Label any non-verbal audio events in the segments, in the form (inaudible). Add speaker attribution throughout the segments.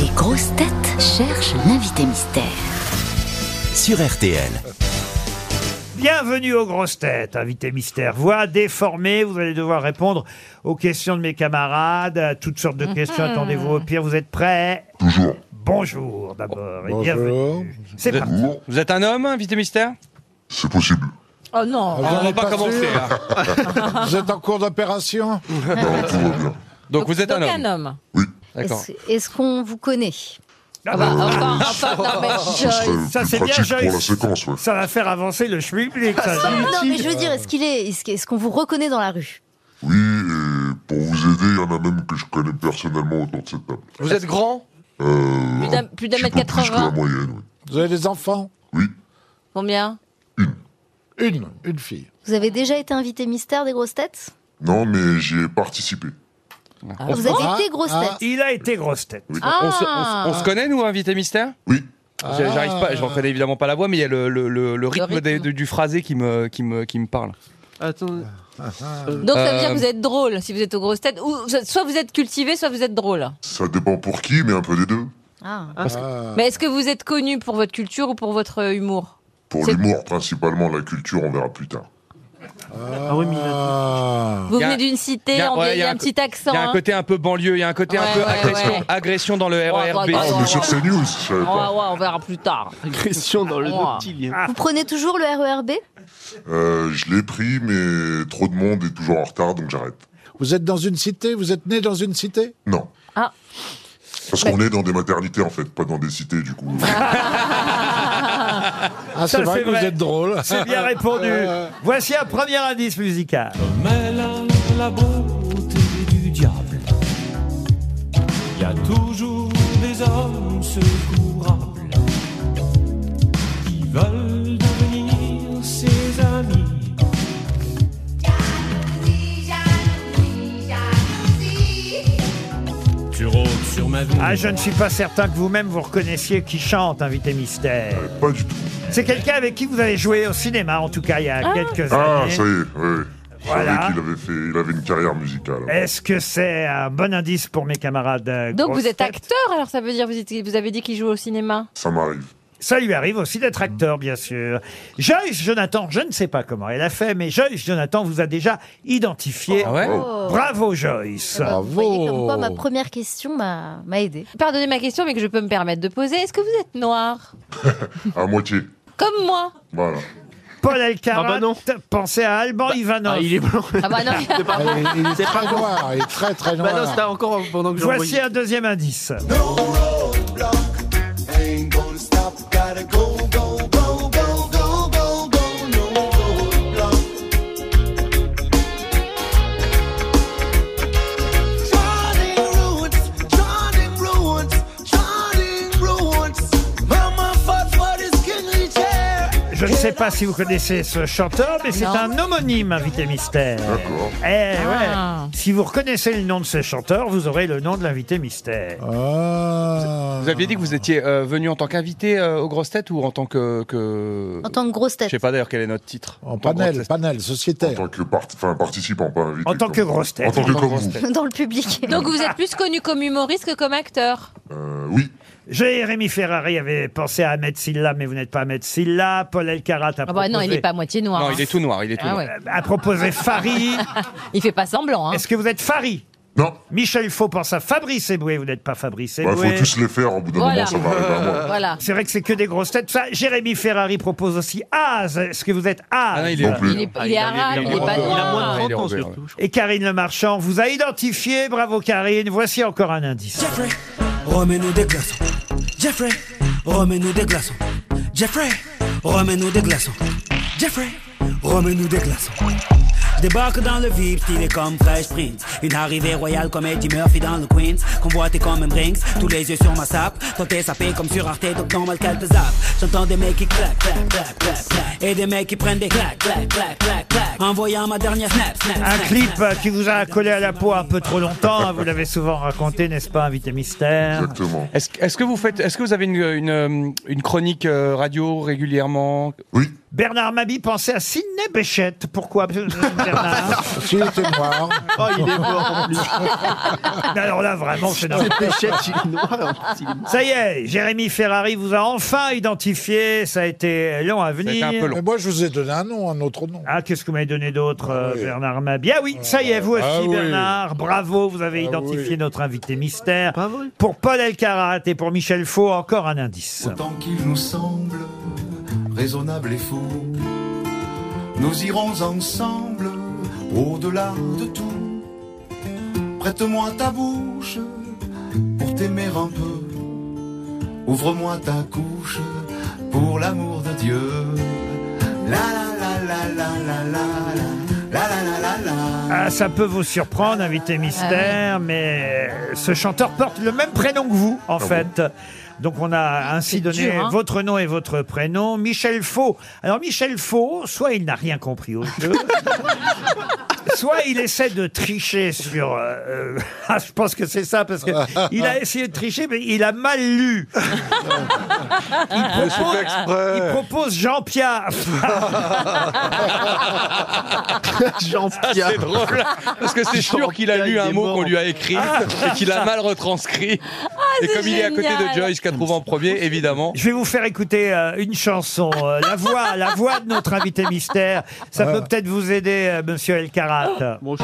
Speaker 1: Les grosses têtes cherchent l'invité mystère.
Speaker 2: sur RTL.
Speaker 3: Bienvenue aux grosses têtes, invité mystère. Voix déformée, vous allez devoir répondre aux questions de mes camarades, à toutes sortes de questions. Attendez-vous au pire, vous êtes prêts Toujours. Bonjour d'abord et bienvenue. C'est parti.
Speaker 4: Vous êtes un homme, invité mystère
Speaker 5: C'est possible.
Speaker 6: Oh non
Speaker 4: Ah, On va
Speaker 7: n'êtes
Speaker 4: pas,
Speaker 7: pas
Speaker 4: commencer.
Speaker 7: sûr
Speaker 4: hein.
Speaker 7: Vous êtes en cours d'opération
Speaker 5: Non, Ben, tout va bien.
Speaker 4: Donc vous êtes un
Speaker 6: Donc
Speaker 4: homme. D'accord.
Speaker 8: Est-ce est-ce qu'on vous connaît
Speaker 3: Ah bah,
Speaker 6: Enfin, enfin,
Speaker 4: ah,
Speaker 6: non mais
Speaker 5: Ça,
Speaker 6: Joyce.
Speaker 3: Ça,
Speaker 5: plus
Speaker 3: c'est bien,
Speaker 5: pratique
Speaker 3: Joyce.
Speaker 5: pour la séquence, ouais.
Speaker 3: Ça va faire avancer le schmilblick, ça.
Speaker 4: ah,
Speaker 8: Non, mais je veux dire, est-ce qu'il est, est-ce que- est-ce qu'on vous reconnaît dans la rue
Speaker 5: Oui, et pour vous aider, il y en a même que je connais personnellement autour de cette table.
Speaker 4: Vous êtes grand
Speaker 5: Euh,
Speaker 6: Plus d'un- plus d'un
Speaker 5: un
Speaker 6: mètre
Speaker 5: petit peu Plus que la
Speaker 6: 80.
Speaker 5: moyenne, oui.
Speaker 7: Vous avez des enfants
Speaker 5: Oui,
Speaker 6: Combien
Speaker 7: Une, une fille.
Speaker 8: Vous avez déjà été invité mystère des grosses têtes
Speaker 5: non, mais j'y ai participé.
Speaker 8: Vous avez
Speaker 7: Ah,
Speaker 8: été grosse
Speaker 7: ah.
Speaker 8: tête
Speaker 3: Il a été grosse tête.
Speaker 4: on, se,
Speaker 6: Ah
Speaker 4: on se- on se connaît, nous, invité mystère
Speaker 5: Oui,
Speaker 4: J'ai- J'arrive pas, je reconnais évidemment pas la voix, mais il y a le, le- le- le rythme,
Speaker 6: rythme.
Speaker 4: des- du, du phrasé qui me, qui me, qui me parle.
Speaker 9: Attends,
Speaker 6: Donc ça veut dire
Speaker 4: Euh,
Speaker 6: que vous êtes drôle si vous êtes aux grosses têtes. Ou, soit vous êtes cultivé, soit vous êtes drôle.
Speaker 5: ça dépend pour qui, mais un peu des deux.
Speaker 8: Ah.
Speaker 7: Ah.
Speaker 6: Mais est-ce que vous êtes connu pour votre culture ou pour votre euh, humour
Speaker 5: Pour
Speaker 6: C'est-
Speaker 5: l'humour, principalement, la culture, on verra plus tard.
Speaker 9: ah oui, mais il a-
Speaker 7: Ah.
Speaker 6: Vous
Speaker 4: Y a-
Speaker 6: venez d'une
Speaker 4: y
Speaker 6: cité,
Speaker 4: a-
Speaker 6: on- il
Speaker 4: ouais,
Speaker 6: y a un,
Speaker 4: un co-
Speaker 6: petit accent.
Speaker 4: Il y a un
Speaker 6: hein.
Speaker 4: côté un peu banlieue, il y a un côté un
Speaker 6: Ouais,
Speaker 4: peu
Speaker 6: ouais,
Speaker 4: agression,
Speaker 6: ouais.
Speaker 4: agression dans le RERB.
Speaker 6: bah,
Speaker 5: Ah,
Speaker 6: bah,
Speaker 5: mais sur CNews, je savais
Speaker 6: Ouais,
Speaker 5: pas.
Speaker 6: Ah ouais, on verra plus tard.
Speaker 9: agression dans le
Speaker 6: Ouah.
Speaker 9: noctilien.
Speaker 8: Vous prenez toujours le
Speaker 6: E
Speaker 8: RERB
Speaker 5: Euh, je l'ai pris, mais trop de monde est toujours en retard, donc j'arrête.
Speaker 7: Vous êtes dans une cité Vous êtes né dans une cité
Speaker 5: Non.
Speaker 6: Ah.
Speaker 5: Parce qu'on est dans des maternités, en fait, pas dans des cités, du coup.
Speaker 7: Ah,
Speaker 3: Ça,
Speaker 7: c'est vrai
Speaker 3: c'est
Speaker 7: que
Speaker 3: vrai.
Speaker 7: vous êtes drôle.
Speaker 3: C'est
Speaker 7: (laughs)
Speaker 3: bien répondu. Voici un premier indice musical.
Speaker 10: Mais là, la beauté du diable, il y a toujours des hommes secourables qui veulent devenir ses amis. Tu rôdes sur ma vie.
Speaker 3: Ah, je ne suis pas certain que vous-même vous reconnaissiez qui chante, invité mystère.
Speaker 5: pas du tout.
Speaker 3: C'est quelqu'un avec qui vous avez joué au cinéma, en tout cas, il y a quelques
Speaker 5: Ah,
Speaker 3: années.
Speaker 5: ça y est, oui. Je
Speaker 3: Voilà. Eh.
Speaker 5: savais qu'il avait, fait, il avait une carrière musicale.
Speaker 3: Est-ce que c'est un bon indice pour mes camarades euh,
Speaker 6: Donc
Speaker 3: grosses
Speaker 6: vous êtes
Speaker 3: têtes
Speaker 6: acteur, alors ça veut dire vous, êtes- vous avez dit qu'il joue au cinéma.
Speaker 5: Ça m'arrive.
Speaker 3: Ça lui arrive aussi d'être acteur, bien sûr. Joyce Jonathan, je ne sais pas comment elle a fait, mais Joyce Jonathan vous a déjà identifié.
Speaker 4: Ah ouais
Speaker 5: Oh.
Speaker 3: Bravo Joyce
Speaker 7: Ah.
Speaker 8: Vous voyez comme quoi ma
Speaker 7: Bravo.
Speaker 8: première question m'a m'a aidé.
Speaker 6: Pardonnez ma question, mais que je peux me permettre de poser. Est-ce que vous êtes noir
Speaker 5: À moitié.
Speaker 6: Comme moi
Speaker 5: Voilà.
Speaker 3: Paul Elkarat,
Speaker 9: Ah bah non.
Speaker 3: pensez à Alban Ivanov.
Speaker 9: Ah, il est blanc.
Speaker 6: Ah bah non,
Speaker 7: Ah, il, il est très noir, il est très très
Speaker 9: Bah non,
Speaker 7: noir.
Speaker 9: c'était encore pendant que
Speaker 3: Voici
Speaker 9: j'envoyais.
Speaker 3: un deuxième indice. Je ne sais pas si vous connaissez ce chanteur, mais c'est
Speaker 6: Non.
Speaker 3: un homonyme invité mystère.
Speaker 5: D'accord.
Speaker 3: Eh ouais.
Speaker 6: Ah.
Speaker 3: Si vous reconnaissez le nom de ce chanteur, vous aurez le nom de l'invité mystère.
Speaker 7: Ah.
Speaker 4: Vous aviez dit que vous étiez euh, venu en tant qu'invité euh, aux grosses têtes ou en tant que. que...
Speaker 8: En tant que grosse
Speaker 4: Je
Speaker 8: tête.
Speaker 4: sais pas d'ailleurs quel est notre titre.
Speaker 7: En
Speaker 4: Grosses
Speaker 7: panel,
Speaker 4: Têtes.
Speaker 7: panel,
Speaker 5: En
Speaker 7: sociétaire.
Speaker 5: tant que part- enfin, participant, pas invité.
Speaker 3: En tant
Speaker 5: quoi.
Speaker 3: que grosse tête.
Speaker 5: En tant que
Speaker 4: En tant que
Speaker 5: comme
Speaker 4: grosse
Speaker 5: vous.
Speaker 8: (laughs)
Speaker 4: tête.
Speaker 8: Dans le public.
Speaker 6: Donc vous êtes plus connu comme humoriste que comme acteur.
Speaker 5: Euh, oui.
Speaker 3: Jérémy Ferrari avait pensé à Ahmed Silla, mais vous n'êtes pas Ahmed Silla. Paul Elkarat a
Speaker 6: Ah bah non, il
Speaker 3: proposé- Euh,
Speaker 6: n'est pas à moitié noir.
Speaker 4: Non,
Speaker 6: hein.
Speaker 4: il est tout noir, il est tout
Speaker 6: Ah
Speaker 4: noir.
Speaker 6: ouais.
Speaker 3: a proposé
Speaker 6: (laughs)
Speaker 3: Fari.
Speaker 6: Il fait pas semblant. Hein.
Speaker 3: Est-ce que vous êtes Fari
Speaker 5: Non.
Speaker 3: Michel Faux pense à Fabrice Eboué, vous n'êtes pas Fabrice
Speaker 5: Bah, faut
Speaker 3: Eboué.
Speaker 5: tous les faire, au bout d'un
Speaker 6: Voilà.
Speaker 5: moment, ça va arriver à moi.
Speaker 6: Voilà.
Speaker 3: C'est vrai que c'est que des grosses têtes. Ça, Jérémy Ferrari propose aussi Az. Est-ce que vous êtes Az
Speaker 4: Ah non, il est.
Speaker 5: Non plus.
Speaker 6: Il est,
Speaker 9: Ah,
Speaker 6: il est
Speaker 9: il a-
Speaker 6: arabe, il
Speaker 9: il a-
Speaker 6: est
Speaker 9: il a
Speaker 6: pas
Speaker 9: moins
Speaker 6: noir.
Speaker 9: de
Speaker 4: Ah, il est
Speaker 9: 30 ans
Speaker 4: rebelle,
Speaker 9: surtout.
Speaker 3: Et Karine Le Marchand vous a identifié. Bravo Karine. Voici encore un indice.
Speaker 10: Jeffrey, remets-nous des glaçons. Jeffrey, remets-nous des glaçons. Jeffrey, remets-nous des glaçons. Jeffrey, remets-nous des glaçons. Je débarque dans le VIP, stylé comme Fresh Prince. Une arrivée royale comme Eddie Murphy dans le Queens. Convoité comme un Brinks, tous les yeux sur ma sape. Toi t'es sapé comme sur Arte, donc normal qu'elle te zappe. J'entends des mecs qui claquent, claquent, claquent, claquent, claquent. Et des mecs qui prennent des claques, claques, claques, claques, claques. En voyant ma dernière snap, snap,
Speaker 3: Un
Speaker 10: snap,
Speaker 3: clip
Speaker 10: snap.
Speaker 3: euh, qui vous a collé à la peau un peu trop longtemps. hein. Vous l'avez souvent raconté, n'est-ce pas, invité mystère
Speaker 5: Exactement.
Speaker 4: Est-ce est-ce que vous faites, est-ce que vous avez une, une, euh, une chronique euh, radio régulièrement
Speaker 5: Oui.
Speaker 3: Bernard Mabi pensait à Sidney Béchette. Pourquoi euh, Bernard
Speaker 9: (laughs)
Speaker 7: S'il était noir.
Speaker 9: Oh, il est mort en plus.
Speaker 3: Alors là, vraiment, c'est normal.
Speaker 9: Péchette, il est noir et en plus, il est mort.
Speaker 3: Ça y est, Jérémy Ferrari vous a enfin identifié. Ça a été long à venir.
Speaker 4: été un peu long.
Speaker 7: Mais moi, je vous ai donné un nom, un autre nom.
Speaker 3: Ah, qu'est-ce que vous m'avez donné d'autre, euh,
Speaker 7: oui.
Speaker 3: Bernard Mabi Ah oui, ça y est, vous aussi,
Speaker 7: Ah oui.
Speaker 3: Bernard. Bravo, vous avez
Speaker 7: Ah
Speaker 3: identifié
Speaker 7: oui.
Speaker 3: notre invité mystère.
Speaker 9: Bravo.
Speaker 3: Pour Paul Elkarat et pour Michel Faux, encore un indice.
Speaker 11: Autant qu'il nous semble raisonnable et fou, nous irons ensemble au-delà de tout. Prête-moi ta bouche pour t'aimer un peu. Ouvre-moi ta couche pour l'amour de Dieu. La la la la la la la la la la la la la.
Speaker 3: Ah, ça peut vous surprendre, invité
Speaker 1: Ah
Speaker 3: mystère, mais euh, ce chanteur porte le même prénom que vous, en fait. Donc on a ainsi donné
Speaker 1: dur, hein.
Speaker 3: votre nom et votre prénom, Michel Faux. Alors Michel Faux, soit il n'a rien compris au
Speaker 1: (laughs)
Speaker 3: jeu, soit il essaie de tricher sur. euh, (laughs) euh, ah, je pense que c'est ça parce que il a essayé de tricher, mais il a mal lu. Il
Speaker 4: Hein
Speaker 3: propose, il propose Jean-Pierre.
Speaker 11: Ah,
Speaker 9: Jean-Pierre.
Speaker 4: C'est drôle, parce que c'est sûr qu'il a lu un mot qu'on lui a écrit
Speaker 12: Ah.
Speaker 4: et qu'il a mal retranscrit. et
Speaker 6: Ah, c'est
Speaker 4: comme il est à côté de
Speaker 6: génial.
Speaker 4: Joyce, qu'a trouvé en premier, évidemment.
Speaker 3: Je vais vous faire écouter euh, une chanson, euh, la voix, la voix de notre invité mystère. Ça peut peut-être vous aider, euh, Monsieur El Karat.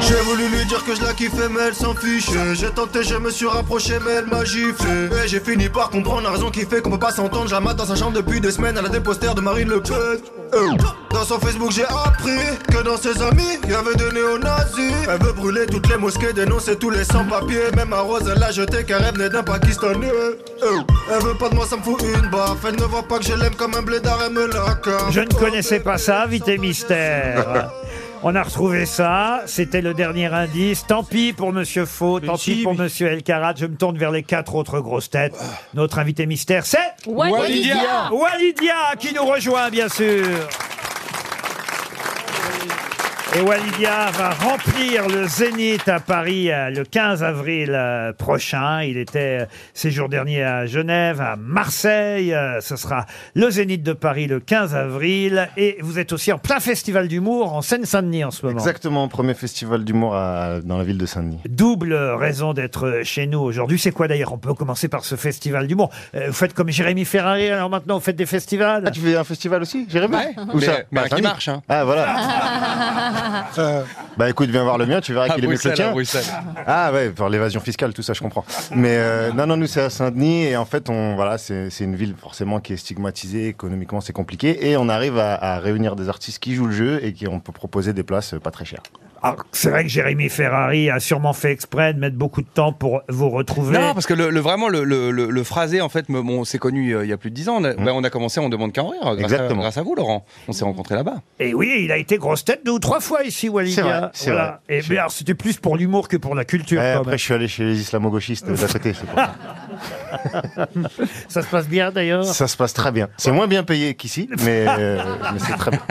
Speaker 11: J'ai voulu lui dire que je la kiffais mais elle s'en fiche J'ai tenté, je me suis rapproché mais elle m'a giflé Et j'ai fini par comprendre la raison qui fait qu'on peut pas s'entendre Je la mate dans sa chambre depuis des semaines, elle a des posters de Marine Le Pen Euh. Dans son Facebook j'ai appris que dans ses amis il y avait des néo-nazis Elle veut brûler toutes les mosquées, dénoncer tous les sans-papiers Même à Rose elle l'a jeté car elle venait d'un Pakistanais Euh. Elle veut pas de moi, ça me fout une baffe Elle ne voit pas que je l'aime comme un blédard, elle me la cave.
Speaker 3: Je ne connaissais pas ça, invité
Speaker 11: invité
Speaker 3: mystère. On a retrouvé ça, c'était le dernier indice. Tant pis pour Monsieur Faux, tant
Speaker 9: si,
Speaker 3: pis pour
Speaker 9: oui.
Speaker 3: Monsieur El Karat. Je me tourne vers les quatre autres grosses têtes. Notre invité mystère, c'est
Speaker 4: Walidia.
Speaker 3: Walidia qui nous rejoint, bien sûr. Et Walidia va remplir le Zénith à Paris euh, le 15 avril euh, prochain. Il était euh, ces jours derniers à Genève, à Marseille. Euh, Ce sera le Zénith de Paris le 15 avril. Et vous êtes aussi en plein festival d'humour en Seine-Saint-Denis en ce moment.
Speaker 11: Exactement, premier festival d'humour à- dans la ville de Saint-Denis.
Speaker 3: Double raison d'être euh, chez nous aujourd'hui. C'est quoi d'ailleurs On peut commencer par ce festival d'humour. Euh, Vous faites comme Jérémy Ferrari, alors maintenant vous faites des festivals.
Speaker 11: Ah, tu fais un festival aussi, Jérémy
Speaker 4: Ouais,
Speaker 11: Où
Speaker 4: mais-
Speaker 11: ça
Speaker 4: mais un
Speaker 11: Bah,
Speaker 4: qui
Speaker 11: Saint-Denis.
Speaker 4: marche, hein.
Speaker 11: Ah, voilà.
Speaker 7: Euh,
Speaker 11: Bah écoute, viens voir le mien, tu verras
Speaker 4: À
Speaker 11: qu'il est mieux que le
Speaker 4: Bruxelles, à
Speaker 11: tien.
Speaker 4: Bruxelles.
Speaker 11: Ah ouais, pour l'évasion fiscale, tout ça, je comprends. Mais euh, non, non, nous, c'est à Saint-Denis. Et en fait, on, voilà, c'est c'est une ville forcément qui est stigmatisée. Économiquement, c'est compliqué. Et on arrive à, à réunir des artistes qui jouent le jeu et qui on peut proposer des places euh, pas très chères.
Speaker 3: Alors, Ah, c'est vrai que Jérémy Ferrari a sûrement fait exprès de mettre beaucoup de temps pour vous retrouver.
Speaker 4: Non, parce que le, le- vraiment, le, le, le- le phrasé, en fait, me- bon, on s'est connu il y a plus de 10 ans. On a,
Speaker 12: Mmh.
Speaker 4: ben, on a commencé, on demande qu'à en rire. Grâce à,
Speaker 11: Exactement.
Speaker 4: grâce à vous, Laurent. On s'est rencontrés là-bas.
Speaker 3: Et oui, il a été grosse tête deux ou trois fois ici, Walidia.
Speaker 11: C'est vrai, c'est vrai.
Speaker 3: Et mais alors, c'était plus pour l'humour que pour la culture,
Speaker 11: Ouais,
Speaker 3: quand
Speaker 11: après, je suis allé chez les islamo-gauchistes
Speaker 3: (laughs)
Speaker 11: euh, d'à côté. c'est pour ça.
Speaker 3: même. Ça se passe bien, d'ailleurs.
Speaker 11: ça se passe très bien. C'est moins bien payé qu'ici, mais, euh, mais c'est très bien.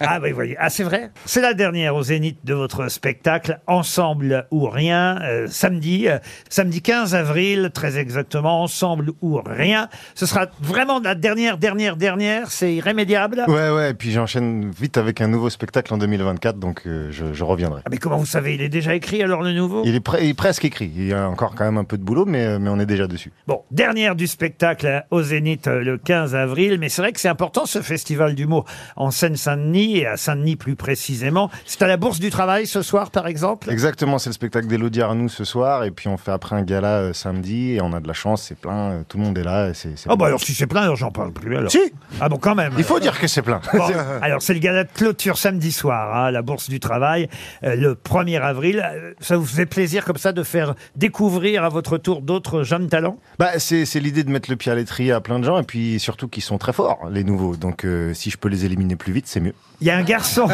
Speaker 3: Ah oui, voyez. Ah, c'est vrai. C'est la dernière au zénith de votre spectacle, Ensemble ou rien, euh, samedi, euh, samedi 15 avril, très exactement, Ensemble ou rien. Ce sera vraiment la dernière, dernière, dernière. C'est irrémédiable.
Speaker 11: Ouais, ouais. Et puis, j'enchaîne vite avec un nouveau spectacle en 2024. Donc, euh, je- je reviendrai.
Speaker 3: Ah, mais comment vous savez, il est déjà écrit alors le nouveau
Speaker 11: Il est, pre- il est presque écrit. Il y a encore quand même un peu de boulot, mais, mais on est déjà dessus.
Speaker 3: Bon, dernière du spectacle euh, au Zénith euh, le 15 avril, mais c'est vrai que c'est important ce festival d'humour en Seine-Saint-Denis et à Saint-Denis plus précisément. C'est à la Bourse du Travail ce soir par exemple
Speaker 11: Exactement, c'est le spectacle d'Elodie Arnoux ce soir, et puis on fait après un gala euh, samedi, et on a de la chance, c'est plein, euh, tout le monde est là. Et c'est, c'est
Speaker 3: Oh bah
Speaker 11: bien.
Speaker 3: alors si c'est plein, alors j'en parle plus alors.
Speaker 11: Si
Speaker 3: Ah bon quand même
Speaker 11: Il faut dire que c'est plein
Speaker 3: Bon, alors c'est le gala de clôture samedi soir hein, à la Bourse du Travail euh, le 1er avril. Euh, Ça vous fait plaisir comme ça de faire découvrir à votre tour d'autres jeunes talents
Speaker 11: bah, c'est, c'est l'idée de mettre le pied à l'étrier à plein de gens, et puis surtout qu'ils sont très forts, les nouveaux. Donc euh, si je peux les éliminer plus vite, c'est mieux.
Speaker 3: Il y a un garçon,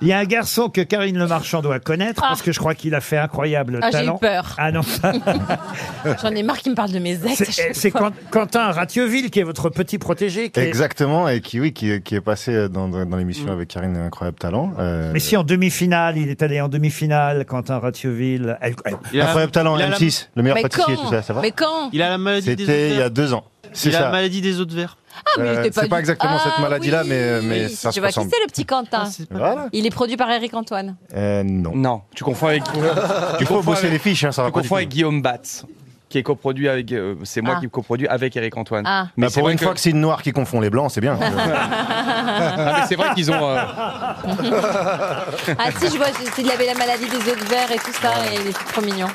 Speaker 3: il y a un garçon que Karine Le Marchand doit connaître parce que je crois qu'il a fait incroyable
Speaker 6: Ah, j'ai eu
Speaker 3: talent.
Speaker 6: peur.
Speaker 3: Ah non,
Speaker 6: (laughs)
Speaker 8: J'en ai marre qu'il me parle de mes ex. à
Speaker 3: c'est
Speaker 8: chaque
Speaker 3: c'est
Speaker 8: fois.
Speaker 3: Quan- Quentin Ratieville qui est votre petit protégé. qui est-
Speaker 11: Exactement, et qui, oui, qui, qui est
Speaker 12: euh,
Speaker 11: passé dans, dans- dans l'émission avec Karine Incroyable Talent. euh,
Speaker 3: Mais si en demi-finale, il est allé en demi-finale, Quentin Ratieville. Elle- elle-
Speaker 9: Il a-
Speaker 11: Incroyable Talent,
Speaker 9: il a la-
Speaker 11: M6, le meilleur
Speaker 6: Mais
Speaker 11: pâtissier,
Speaker 6: quand
Speaker 11: tout ça, ça va
Speaker 6: Mais quand
Speaker 9: Il a la
Speaker 13: la maladie des
Speaker 12: C'était il y a
Speaker 13: autres
Speaker 12: deux ans. C'est
Speaker 13: la
Speaker 12: ça.
Speaker 13: maladie des autres verts.
Speaker 6: Ah, mais il
Speaker 12: Euh,
Speaker 6: était
Speaker 12: c'est
Speaker 6: du-
Speaker 12: pas exactement cette
Speaker 6: Ah,
Speaker 12: maladie-là,
Speaker 6: oui,
Speaker 12: mais-
Speaker 6: oui,
Speaker 12: mais
Speaker 6: si,
Speaker 12: ça
Speaker 6: Tu
Speaker 12: se
Speaker 6: vois qui
Speaker 12: ressemble.
Speaker 6: c'est le petit Quentin
Speaker 12: Voilà.
Speaker 6: Il est produit par Eric Antoine.
Speaker 12: Euh, non.
Speaker 4: Non, tu confonds
Speaker 12: (laughs)
Speaker 4: avec.
Speaker 12: Il faut
Speaker 4: confonds
Speaker 12: bosser
Speaker 4: avec-
Speaker 12: les fiches, hein, ça va
Speaker 4: Tu
Speaker 12: pas du
Speaker 4: confonds
Speaker 12: tout.
Speaker 4: avec Guillaume Batz, qui est coproduit avec. euh, c'est moi
Speaker 6: Ah.
Speaker 4: qui coproduis avec Eric Antoine.
Speaker 6: Ah.
Speaker 12: Mais
Speaker 4: c'est
Speaker 12: pour
Speaker 4: vrai
Speaker 12: une
Speaker 4: que-
Speaker 12: fois que c'est une noire qui confond les blancs, c'est bien.
Speaker 4: Ah, mais c'est vrai qu'ils ont. euh,
Speaker 6: Ah si, je vois, c'est- il avait la maladie des autres verts et tout ça, et il était trop mignon.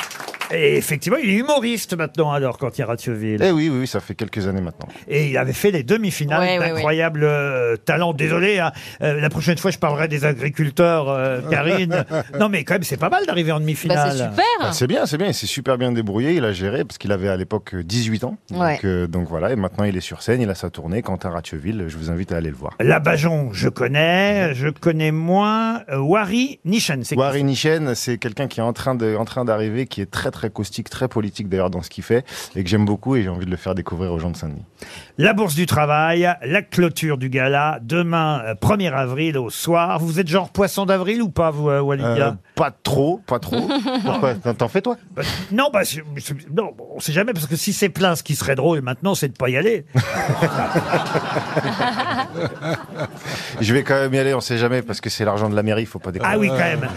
Speaker 3: Et effectivement, il est humoriste maintenant, alors, quand il Ratiotville.
Speaker 12: Eh oui, oui, oui, ça fait quelques années maintenant.
Speaker 3: Et il avait fait les demi-finales
Speaker 6: Ouais, ouais, ouais.
Speaker 3: d'incroyables euh, talents. Désolé, hein, euh, la prochaine fois, je parlerai des agriculteurs, euh,
Speaker 12: (laughs)
Speaker 3: Karine. non, mais quand même, c'est pas mal d'arriver en demi-finale.
Speaker 12: Bah, c'est bien, c'est bien. Il s'est super bien débrouillé. Il a géré parce qu'il avait à l'époque 18 ans.
Speaker 3: Ouais.
Speaker 12: Donc, euh, donc voilà. Et maintenant, il est sur scène. Il a sa tournée. Quentin Ratcheville, je vous invite à aller le voir.
Speaker 3: La Bajon, je connais. Je connais moins euh, Wari Nishan. C'est
Speaker 12: Warren Nishen, c'est quelqu'un qui est en train de- en train d'arriver, qui est très très caustique, très politique d'ailleurs dans ce qu'il fait, et que j'aime beaucoup et j'ai envie de le faire découvrir aux gens de Saint-Denis.
Speaker 3: La Bourse du Travail, la clôture du gala, demain, euh, 1er avril au soir. Vous êtes genre poisson d'avril ou pas, vous, euh, Walidia
Speaker 12: Euh, pas trop, pas trop. Pourquoi T'en- T'en fais toi
Speaker 3: Non, bah, je- je- non, on sait jamais, parce que si c'est plein, ce qui serait drôle maintenant, c'est de pas y aller.
Speaker 12: Je vais quand même y aller. On sait jamais parce que c'est l'argent de la mairie. Faut pas déconner.
Speaker 3: Ah oui, quand même.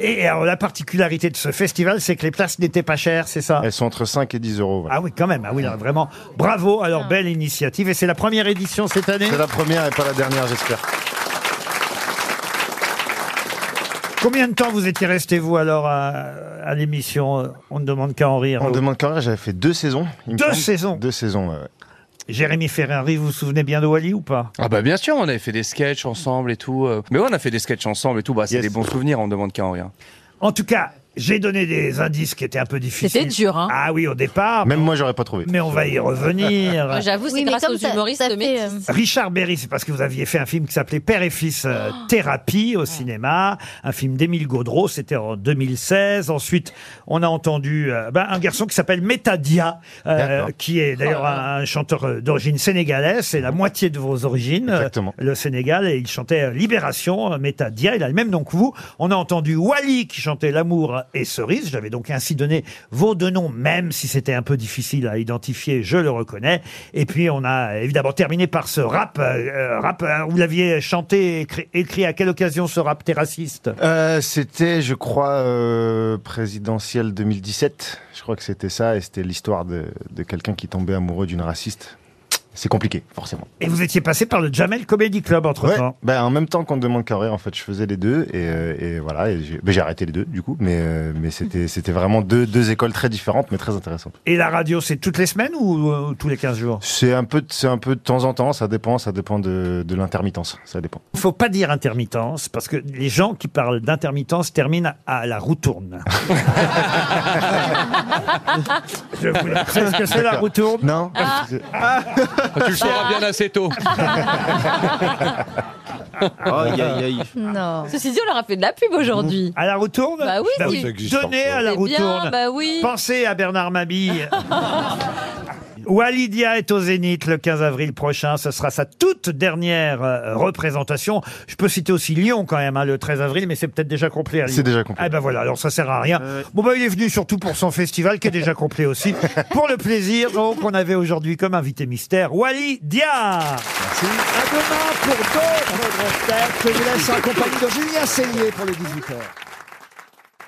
Speaker 3: Et alors, la particularité de ce festival, c'est que les places n'étaient pas chères, c'est ça
Speaker 12: Elles sont entre 5 et 10 euros. voilà.
Speaker 3: Ah oui, quand même. Ah oui, là, vraiment. Bravo. Alors, belle initiative. Et c'est la première édition cette année
Speaker 12: C'est la première et pas la dernière, j'espère.
Speaker 3: Combien de temps vous étiez resté, vous, alors, à, à l'émission On ne demande qu'à en rire
Speaker 12: On demande quand même. J'avais fait deux saisons. il me
Speaker 3: Ah Deux
Speaker 12: semble.
Speaker 3: saisons
Speaker 12: Deux saisons. ouais, ouais.
Speaker 3: Jérémy Ferrari, vous vous souvenez bien de Wally ou pas
Speaker 4: Ah bah bien sûr, on avait fait des sketchs ensemble et tout. euh. Mais ouais, on a fait des sketchs ensemble et tout. Bah c'est des bons souvenirs, on demande qu'à hein. en rien.
Speaker 3: En tout cas, j'ai donné des indices qui étaient un peu difficiles.
Speaker 6: C'était dur, hein
Speaker 3: Ah oui, au départ.
Speaker 12: Même moi, j'aurais pas trouvé.
Speaker 3: Mais on va y revenir.
Speaker 6: J'avoue, c'est
Speaker 8: Oui, mais
Speaker 6: grâce
Speaker 8: comme
Speaker 6: aux
Speaker 8: ça-
Speaker 6: humoristes de métis.
Speaker 3: Richard Berry, c'est parce que vous aviez fait un film qui s'appelait Père et fils euh, thérapie au cinéma, un film d'Émile Gaudreau, c'était en 2016. Ensuite, on a entendu euh, ben, un garçon qui s'appelle Metadia, euh,
Speaker 12: D'accord.
Speaker 3: qui est d'ailleurs un, un chanteur euh, d'origine sénégalaise, c'est la moitié de vos origines, euh,
Speaker 12: Exactement.
Speaker 3: le Sénégal, et il chantait euh, Libération, euh, Metadia, il a le même nom que vous. On a entendu Wally qui chantait L'amour et cerise, j'avais donc ainsi donné vos deux noms, même si c'était un peu difficile à identifier, je le reconnais. Et puis on a évidemment terminé par ce rap, euh, euh, rap euh, vous l'aviez chanté, et écrit, écrit à quelle occasion ce rap terraciste
Speaker 12: Euh, c'était, je crois, euh, présidentielle 2017. Je crois que c'était ça, et c'était l'histoire de, de quelqu'un qui tombait amoureux d'une raciste. C'est compliqué, forcément.
Speaker 3: Et vous étiez passé par le Jamel Comedy Club
Speaker 12: Ouais.
Speaker 3: entre-temps.
Speaker 12: Ben, en même temps qu'on te demande carrière, en fait, je faisais les deux, et, euh, et voilà, et j'ai ben, j'ai arrêté les deux, du coup, mais, euh, mais c'était c'était vraiment deux, deux écoles très différentes, mais très intéressantes.
Speaker 3: Et la radio, c'est toutes les semaines ou euh, tous les 15 jours
Speaker 12: C'est un, peu de- c'est un peu de temps en temps, ça dépend, ça dépend de, de l'intermittence, ça dépend.
Speaker 3: Il faut pas dire intermittence, parce que les gens qui parlent d'intermittence terminent à la roue tourne. Je vous le- C'est ce que c'est la
Speaker 12: D'accord.
Speaker 3: roue tourne
Speaker 12: Non
Speaker 4: Ah, tu le sauras bien assez (laughs) tôt.
Speaker 9: Aïe, aïe, aïe.
Speaker 8: Non.
Speaker 6: euh, Ceci dit, on leur a fait de la pub
Speaker 12: Mmh.
Speaker 6: aujourd'hui.
Speaker 3: À la roue tourne
Speaker 6: Bah oui,
Speaker 3: Bah
Speaker 6: c'est-
Speaker 3: oui, Donnez à la
Speaker 6: c'est
Speaker 3: roue
Speaker 6: bien,
Speaker 3: tourne.
Speaker 6: bah oui.
Speaker 3: Pensez à Bernard
Speaker 6: (laughs)
Speaker 3: Mabille. Walidia est au Zénith le 15 avril prochain. Ce sera sa toute dernière euh, représentation. Je peux citer aussi Lyon quand même, hein, le 13 avril, mais c'est peut-être déjà complet. à Lyon.
Speaker 12: C'est déjà complet. Euh,
Speaker 3: Ah ben voilà, alors ça sert à rien. Bon ben il est venu surtout pour son festival qui
Speaker 12: (laughs)
Speaker 3: est déjà complet aussi. pour le plaisir, donc on avait aujourd'hui comme invité mystère Wally Dia.
Speaker 7: Merci. À demain pour d'autres grosses têtes. Je vous laisse en compagnie de Julien Cellier pour les 18h.